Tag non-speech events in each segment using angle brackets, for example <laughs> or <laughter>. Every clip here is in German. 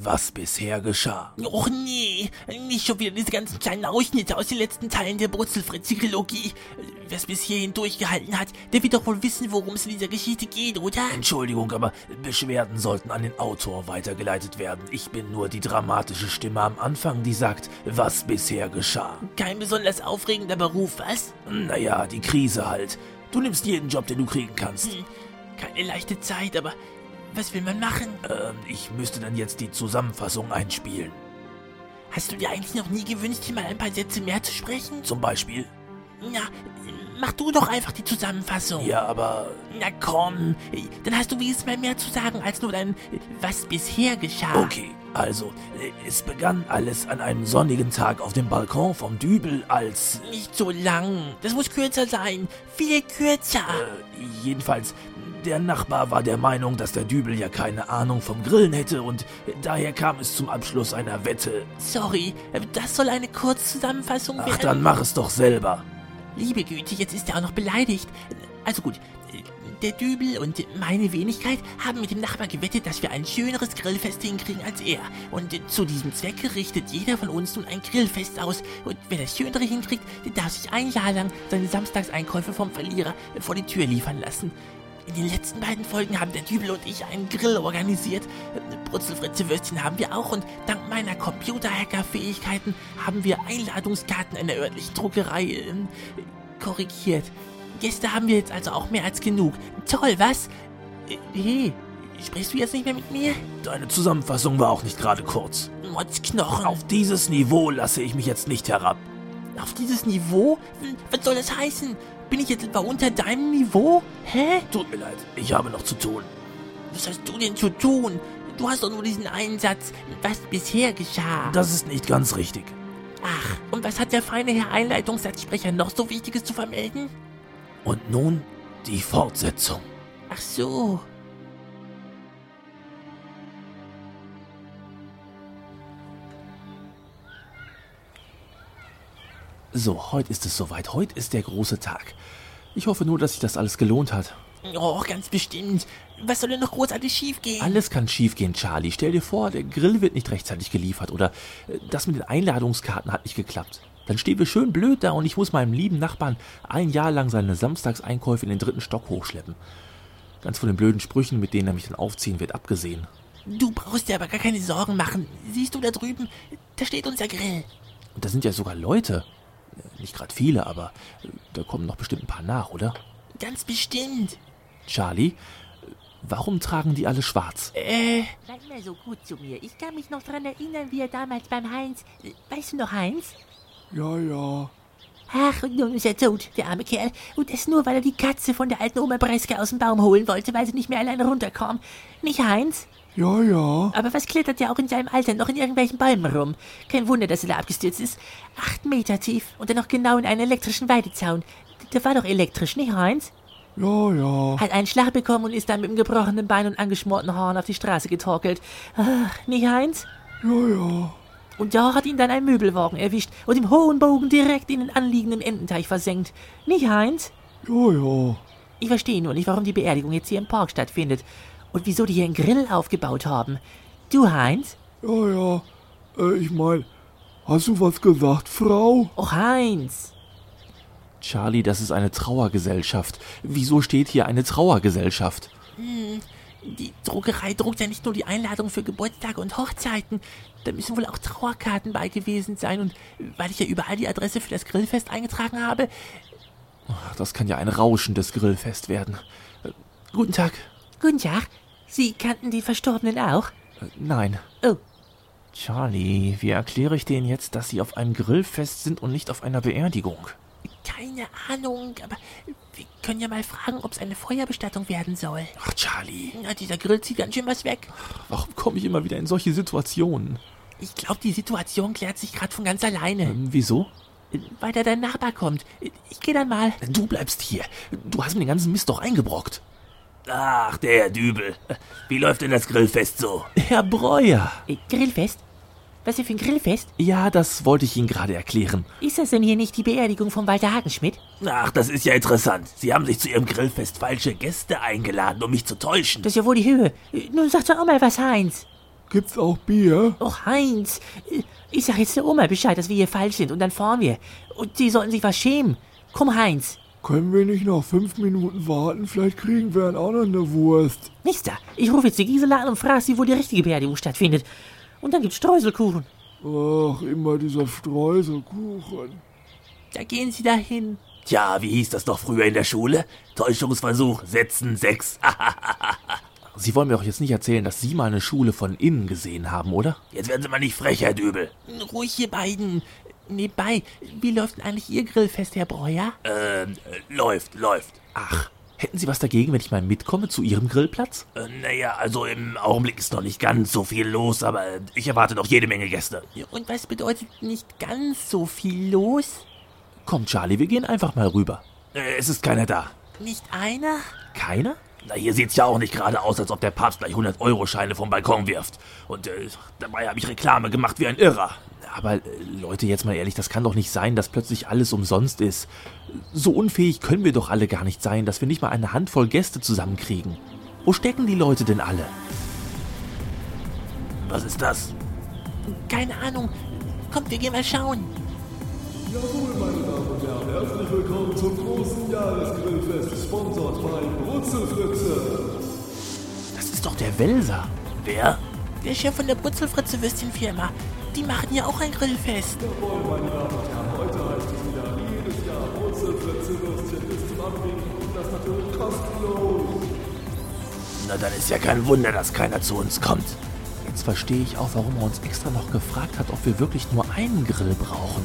was bisher geschah. Och nee, nicht schon wieder diese ganzen kleinen Ausschnitte aus den letzten Teilen der Brutzelfritz-Trilogie. Wer es bis hierhin durchgehalten hat, der wird doch wohl wissen, worum es in dieser Geschichte geht, oder? Entschuldigung, aber Beschwerden sollten an den Autor weitergeleitet werden. Ich bin nur die dramatische Stimme am Anfang, die sagt, was bisher geschah. Kein besonders aufregender Beruf, was? Naja, die Krise halt. Du nimmst jeden Job, den du kriegen kannst. Hm, keine leichte Zeit, aber was will man machen? Ähm, ich müsste dann jetzt die Zusammenfassung einspielen. Hast du dir eigentlich noch nie gewünscht, hier mal ein paar Sätze mehr zu sprechen? Zum Beispiel. Na, mach du doch einfach die Zusammenfassung. Ja, aber Na komm, dann hast du wenigstens mal mehr zu sagen als nur dein, was bisher geschah. Okay, also, äh, es begann alles an einem sonnigen Tag auf dem Balkon vom Dübel, als Nicht so lang. Das muss kürzer sein. Viel kürzer. Äh, jedenfalls der Nachbar war der Meinung, dass der Dübel ja keine Ahnung vom Grillen hätte und daher kam es zum Abschluss einer Wette. Sorry, das soll eine Kurzzusammenfassung Ach, werden. dann mach es doch selber. Liebe Güte, jetzt ist er auch noch beleidigt. Also gut, der Dübel und meine Wenigkeit haben mit dem Nachbar gewettet, dass wir ein schöneres Grillfest hinkriegen als er. Und zu diesem Zwecke richtet jeder von uns nun ein Grillfest aus. Und wer das Schönere hinkriegt, der darf sich ein Jahr lang seine Samstagseinkäufe vom Verlierer vor die Tür liefern lassen. In den letzten beiden Folgen haben der Dübel und ich einen Grill organisiert. Brutzelfritzewürstchen haben wir auch und dank meiner Computerhacker-Fähigkeiten haben wir Einladungskarten einer örtlichen Druckerei ähm, korrigiert. Gäste haben wir jetzt also auch mehr als genug. Toll, was? Äh, Hey, sprichst du jetzt nicht mehr mit mir? Deine Zusammenfassung war auch nicht gerade kurz. Motzknochen. Auf, Auf dieses Niveau lasse ich mich jetzt nicht herab. auf dieses Niveau? Hm, Was soll das heißen? Bin ich jetzt etwa unter deinem Niveau? Hä? Tut mir leid, ich habe noch zu tun. Was hast du denn zu tun? Du hast doch nur diesen einen Satz, was bisher geschah. Das ist nicht ganz richtig. Ach, und was hat der feine Herr Einleitungssatzsprecher noch so Wichtiges zu vermelden? Und nun die Fortsetzung. Ach so. So, heute ist es soweit. Heute ist der große Tag. Ich hoffe nur, dass sich das alles gelohnt hat. Oh, ganz bestimmt. Was soll denn noch großartig schiefgehen? Alles kann schiefgehen, Charlie. Stell dir vor, der Grill wird nicht rechtzeitig geliefert oder äh, das mit den Einladungskarten hat nicht geklappt. Dann stehen wir schön blöd da und ich muss meinem lieben Nachbarn ein Jahr lang seine Samstagseinkäufe in den dritten Stock hochschleppen. Ganz von den blöden Sprüchen, mit denen er mich dann aufziehen wird, abgesehen. Du brauchst dir aber gar keine Sorgen machen. Siehst du da drüben? Da steht unser Grill. Und da sind ja sogar Leute. Äh, Nicht gerade viele, aber äh, da kommen noch bestimmt ein paar nach, oder? Ganz bestimmt. Charlie, äh, warum tragen die alle schwarz? Äh, Seid mal so gut zu mir. Ich kann mich noch dran erinnern, wie er damals beim Heinz. Weißt du noch, Heinz? Ja, ja. Ach, und nun ist er tot, der arme Kerl. Und das nur, weil er die Katze von der alten Oma Breske aus dem Baum holen wollte, weil sie nicht mehr alleine runterkam. Nicht Heinz? Ja, ja. Aber was klettert ja auch in seinem Alter noch in irgendwelchen Bäumen rum? Kein Wunder, dass er da abgestürzt ist. Acht Meter tief und dann noch genau in einen elektrischen Weidezaun. Der war doch elektrisch, nicht Heinz? Ja, ja. Hat einen Schlag bekommen und ist dann mit dem gebrochenen Bein und angeschmorten Horn auf die Straße getorkelt. Ach, nicht Heinz? Ja, ja. Und da hat ihn dann ein Möbelwagen erwischt und im hohen Bogen direkt in den anliegenden Ententeich versenkt. Nicht, Heinz? Ja, ja. Ich verstehe nur nicht, warum die Beerdigung jetzt hier im Park stattfindet. Und wieso die hier einen Grill aufgebaut haben. Du, Heinz? Ja, ja. Äh, ich mein, hast du was gesagt, Frau? Och, Heinz. Charlie, das ist eine Trauergesellschaft. Wieso steht hier eine Trauergesellschaft? die Druckerei druckt ja nicht nur die Einladung für Geburtstage und Hochzeiten. Da müssen wohl auch Trauerkarten bei gewesen sein. Und weil ich ja überall die Adresse für das Grillfest eingetragen habe. Ach, Das kann ja ein rauschendes Grillfest werden. Äh, Guten Tag. Guten Tag. Sie kannten die Verstorbenen auch? Äh, Nein. Oh, Charlie, wie erkläre ich denen jetzt, dass sie auf einem Grillfest sind und nicht auf einer Beerdigung? Keine Ahnung, aber wir können ja mal fragen, ob es eine Feuerbestattung werden soll. Ach, Charlie, Na, dieser Grill zieht ganz schön was weg. warum komme ich immer wieder in solche Situationen? Ich glaube, die Situation klärt sich gerade von ganz alleine. Ähm, wieso? Weil da dein Nachbar kommt. Ich gehe dann mal. Du bleibst hier. Du hast mir den ganzen Mist doch eingebrockt. Ach, der Dübel. Wie läuft denn das Grillfest so? Herr Breuer. äh, Grillfest? Was ist für ein Grillfest? Ja, das wollte ich Ihnen gerade erklären. Ist das denn hier nicht die Beerdigung von Walter Hagenschmidt? Ach, das ist ja interessant. Sie haben sich zu Ihrem Grillfest falsche Gäste eingeladen, um mich zu täuschen. Das ist ja wohl die Höhe. Äh, Nun sag doch auch mal was, Heinz. Gibt's auch Bier? Och, Heinz, äh, ich sag jetzt der Oma Bescheid, dass wir hier falsch sind und dann fahren wir. Und die sollten sich was schämen. Komm, Heinz. Können wir nicht noch fünf Minuten warten? Vielleicht kriegen wir dann auch noch eine Wurst. Nichts da. Ich rufe jetzt die Gisela an und frage sie, wo die richtige Beerdigung stattfindet. Und dann gibt's Streuselkuchen. Ach, immer dieser Streuselkuchen. Da gehen sie dahin. Tja, wie hieß das noch früher in der Schule? Täuschungsversuch, Setzen <laughs> 6. Sie wollen mir doch jetzt nicht erzählen, dass Sie mal eine Schule von innen gesehen haben, oder? Jetzt werden Sie mal nicht frech, Herr Dübel. Ruhig, ihr beiden. Nebenbei, wie läuft denn eigentlich Ihr Grillfest, Herr Breuer? Ähm, läuft, läuft. Ach, hätten Sie was dagegen, wenn ich mal mitkomme zu Ihrem Grillplatz? naja, also im Augenblick ist noch nicht ganz so viel los, aber ich erwarte noch jede Menge Gäste. Und was bedeutet nicht ganz so viel los? Komm, Charlie, wir gehen einfach mal rüber. Äh, es ist keiner da. Nicht einer? Keiner? Na, hier sieht's ja auch nicht gerade aus, als ob der Papst gleich 100-Euro-Scheine vom Balkon wirft. Und äh, dabei habe ich Reklame gemacht wie ein Irrer. Aber äh, Leute, jetzt mal ehrlich, das kann doch nicht sein, dass plötzlich alles umsonst ist. So unfähig können wir doch alle gar nicht sein, dass wir nicht mal eine Handvoll Gäste zusammenkriegen. Wo stecken die Leute denn alle? Was ist das? Keine Ahnung. Kommt, wir gehen mal schauen. Jawohl, meine Damen und Herren, herzlich willkommen zum großen Jahresgrillfest, sponsert bei Brutzelfritze. Das ist doch der Welser. Wer? Der Chef von der Brutzelfritze-Würstchenfirma. Die machen ja auch ein Grillfest. Jawohl, meine Damen und Herren, heute heißt es wieder jedes Jahr Brutzelfritze-Würstchen bis zum Abwinken und das natürlich kostenlos. Na, dann ist ja kein Wunder, dass keiner zu uns kommt. Jetzt verstehe ich auch, warum er uns extra noch gefragt hat, ob wir wirklich nur einen Grill brauchen.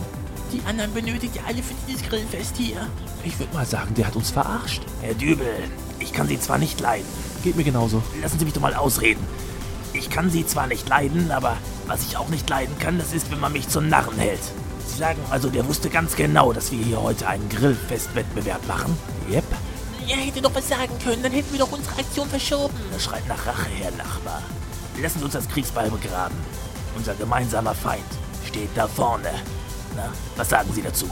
Die anderen benötigt ihr alle für dieses Grillfest hier. Ich würde mal sagen, der hat uns verarscht. Herr Dübel, ich kann Sie zwar nicht leiden, Geht mir genauso. lassen Sie mich doch mal ausreden. Ich kann Sie zwar nicht leiden, aber was ich auch nicht leiden kann, das ist, wenn man mich zum Narren hält. Sie sagen also, der wusste ganz genau, dass wir hier heute einen Grillfestwettbewerb machen? Yep. Er hätte doch was sagen können, dann hätten wir doch unsere Aktion verschoben. Das schreit nach Rache, Herr Nachbar. Lassen Sie uns das Kriegsbeil begraben. Unser gemeinsamer Feind steht da vorne. Na, was sagen Sie dazu?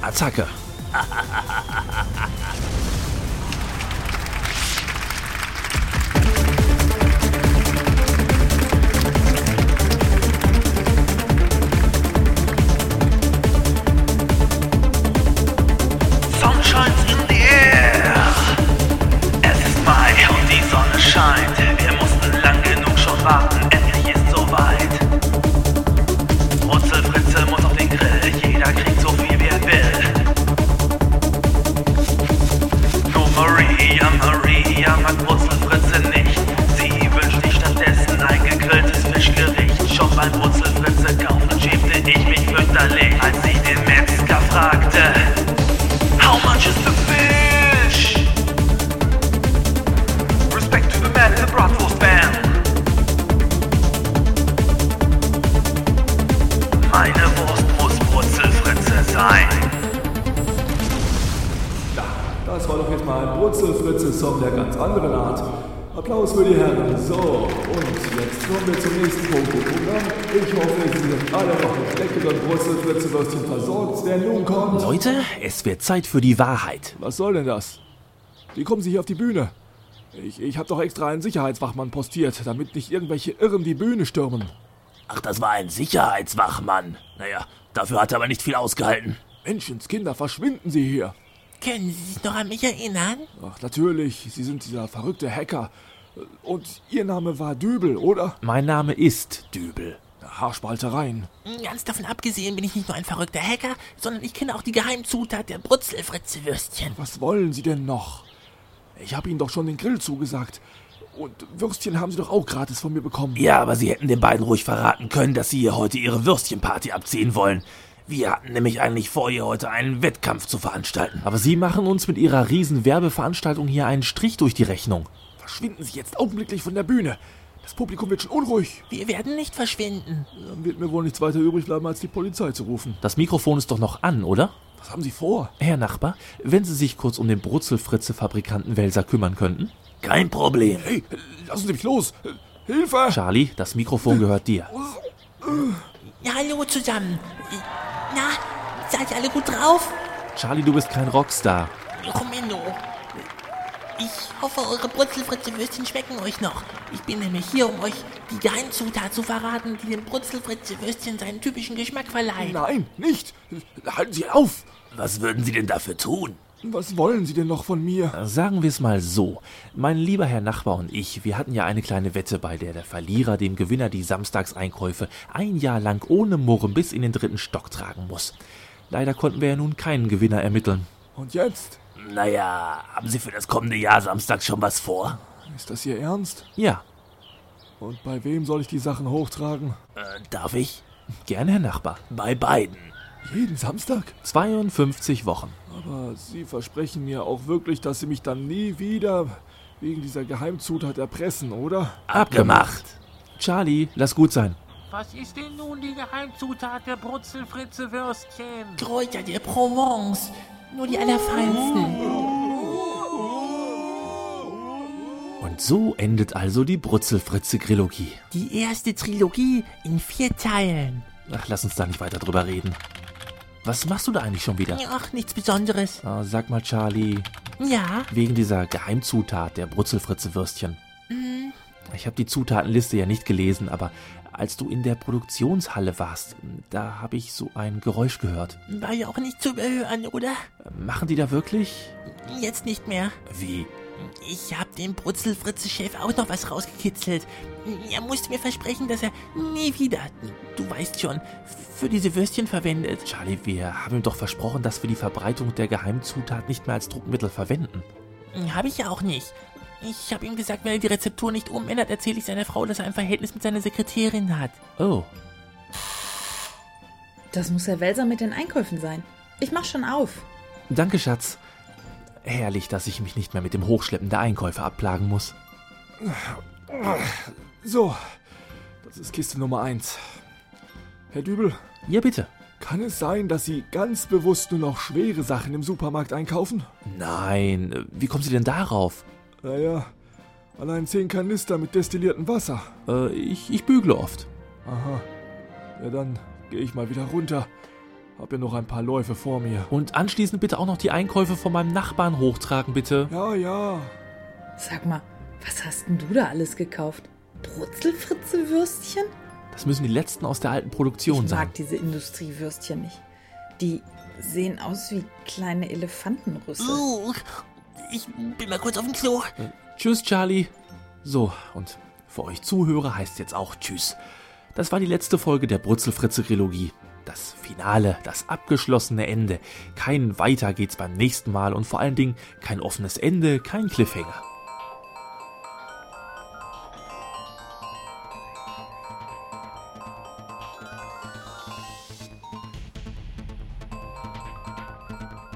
Attacke. Sonnenscheins in the air. Es ist Mai und die Sonne scheint. Wir mussten lang genug schon warten. Endlich ist soweit. Brutzelfritze muss auf den Grill. Jeder kriegt so viel wie er will. Nur Maria, Maria mag Brutzelfritze nicht. Sie wünscht sich stattdessen ein gegrilltes Fischgericht. Schon beim Brutzelfritze kaufen schämte ich mich fürchterlich, als ich den Metzger fragte. How much is the fish? Respect to the man in the bratwurst van. Meine Wurst muss Brutzelfritze sein. Das war doch jetzt mal ein Brutzelfritze-Song der ganz anderen Art. Applaus für die Herren. So, und jetzt kommen wir zum nächsten Punkt im Programm. Ich hoffe, Sie sind alle noch mit leckeren Brutzelfritze-Würstchen versorgt, denn nun kommt... Leute, es wird Zeit für die Wahrheit. Was soll denn das? Wie kommen Sie hier auf die Bühne? Ich, ich hab doch extra einen Sicherheitswachmann postiert, damit nicht irgendwelche Irren die Bühne stürmen. Ach, das war ein Sicherheitswachmann. Naja, dafür hat er aber nicht viel ausgehalten. Menschenskinder, verschwinden Sie hier! Können Sie sich noch an mich erinnern? Ach, natürlich, Sie sind dieser verrückte Hacker. Und Ihr Name war Dübel, oder? Mein Name ist Dübel. Haarspaltereien. Ganz davon abgesehen bin ich nicht nur ein Äh, verrückter Hacker, sondern ich kenne auch die Geheimzutat der Brutzelfritze-Würstchen. Was wollen Sie denn noch? Ich habe Ihnen doch schon den Grill zugesagt. Und Würstchen haben Sie doch auch gratis von mir bekommen. Ja, aber sie hätten den beiden ruhig verraten können, dass sie hier heute ihre Würstchenparty abziehen wollen. Wir hatten nämlich eigentlich vor, hier heute einen Wettkampf zu veranstalten. Aber Sie machen uns mit Ihrer riesen Werbeveranstaltung hier einen Strich durch die Rechnung. Verschwinden Sie jetzt augenblicklich von der Bühne. Das Publikum wird schon unruhig. Wir werden nicht verschwinden. Dann wird mir wohl nichts weiter übrig bleiben, als die Polizei zu rufen. Das Mikrofon ist doch noch an, oder? Was haben Sie vor? Herr Nachbar, wenn Sie sich kurz um den Brutzelfritze-Fabrikanten Welser kümmern könnten? Kein Problem. Hey, lassen Sie mich los! Hilfe! Charlie, das Mikrofon gehört dir. Ja, hallo zusammen. Na, seid ihr alle gut drauf? Charlie, du bist kein Rockstar. Romino, Ich hoffe, eure Brutzelfritze-Würstchen schmecken euch noch. Ich bin nämlich hier, um euch die Geheimzutat zu verraten, die dem Brutzelfritze-Würstchen seinen typischen Geschmack verleiht. Nein, nicht! Halten Sie auf! Was würden Sie denn dafür tun? Was wollen Sie denn noch von mir? Sagen wir es mal so. Mein lieber Herr Nachbar und ich, wir hatten ja eine kleine Wette, bei der der Verlierer dem Gewinner die Samstagseinkäufe ein Jahr lang ohne Murren bis in den dritten Stock tragen muss. Leider konnten wir ja nun keinen Gewinner ermitteln. Und jetzt? Naja, haben Sie für das kommende Jahr Samstag schon was vor? Ist das Ihr Ernst? Ja, Und bei wem soll ich die Sachen hochtragen? Äh, darf ich? gerne, Herr Nachbar. Bei beiden. Jeden Samstag? 52 Wochen. Aber Sie versprechen mir auch wirklich, dass Sie mich dann nie wieder wegen dieser Geheimzutat erpressen, oder? Abgemacht. Charlie, lass gut sein. Was ist denn nun die Geheimzutat der Brutzelfritze-Würstchen? Kräuter der Provence. Nur die allerfeinsten. Und so endet also die Brutzelfritze-Grilogie. Die erste Trilogie in vier Teilen. Ach, lass uns da nicht weiter drüber reden. Was machst du da eigentlich schon wieder? Ach, nichts Besonderes. Ah, sag mal, Charlie, Ja, wegen dieser Geheimzutat der Brutzelfritze-Würstchen. Ich habe die Zutatenliste ja nicht gelesen, aber als du in der Produktionshalle warst, da habe ich so ein Geräusch gehört. war ja auch nicht zu überhören, oder? Machen die da wirklich? Jetzt nicht mehr. Wie? Ich hab dem Brutzelfritze-Chef auch noch was rausgekitzelt. Er musste mir versprechen, dass er nie wieder, du weißt schon, für diese Würstchen verwendet. Charlie, wir haben ihm doch versprochen, dass wir die Verbreitung der Geheimzutat nicht mehr als Druckmittel verwenden. Hab ich ja auch nicht. Ich hab ihm gesagt, wenn er die Rezeptur nicht umändert, erzähle ich seiner Frau, dass er ein Verhältnis mit seiner Sekretärin hat. Oh, Das muss Herr Welser mit den Einkäufen sein. Ich mach schon auf. danke, Schatz. Herrlich, dass ich mich nicht mehr mit dem Hochschleppen der Einkäufe abplagen muss. So, das ist Kiste Nummer 1. Herr Dübel, Ja, bitte. kann es sein, dass Sie ganz bewusst nur noch schwere Sachen im Supermarkt einkaufen? Nein, äh, wie kommen Sie denn darauf? Naja, allein 10 Kanister mit destilliertem Wasser. Äh, ich, ich bügle oft. Aha. Ja, dann gehe ich mal wieder runter. Hab ja noch ein paar Läufe vor mir. Und anschließend bitte auch noch die Einkäufe von meinem Nachbarn hochtragen, bitte. Ja, ja. Sag mal, was hast denn du da alles gekauft? Brutzelfritze-Würstchen? Das müssen die letzten aus der alten Produktion Ich sein. mag diese Industriewürstchen nicht. Die sehen aus wie kleine Elefantenrüssel. Uh, ich bin mal kurz auf dem Klo. Tschüss, Charlie. So, und für euch Zuhörer heißt jetzt auch Tschüss. Das war die letzte Folge der Brutzelfritze-Trilogie. Das Finale, das abgeschlossene Ende. Kein Weiter geht's beim nächsten Mal und vor allen Dingen kein offenes Ende, kein Cliffhanger.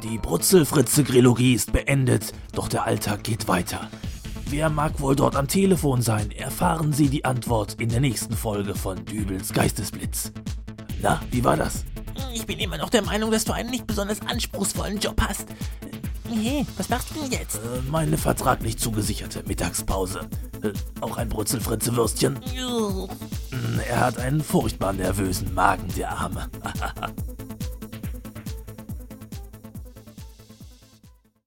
Die Brutzelfritze-Grilogie ist beendet, doch der Alltag geht weiter. Wer mag wohl dort am Telefon sein? Erfahren Sie die Antwort in der nächsten Folge von Dübels Geistesblitz. Na, wie war das? Ich bin immer noch der Meinung, dass du einen nicht besonders anspruchsvollen Job hast. Hey, was machst du denn jetzt? Äh, Meine vertraglich zugesicherte Mittagspause. Äh, Auch ein Brutzelfritze-Würstchen? Uh. Er hat einen furchtbar nervösen Magen, der Arme.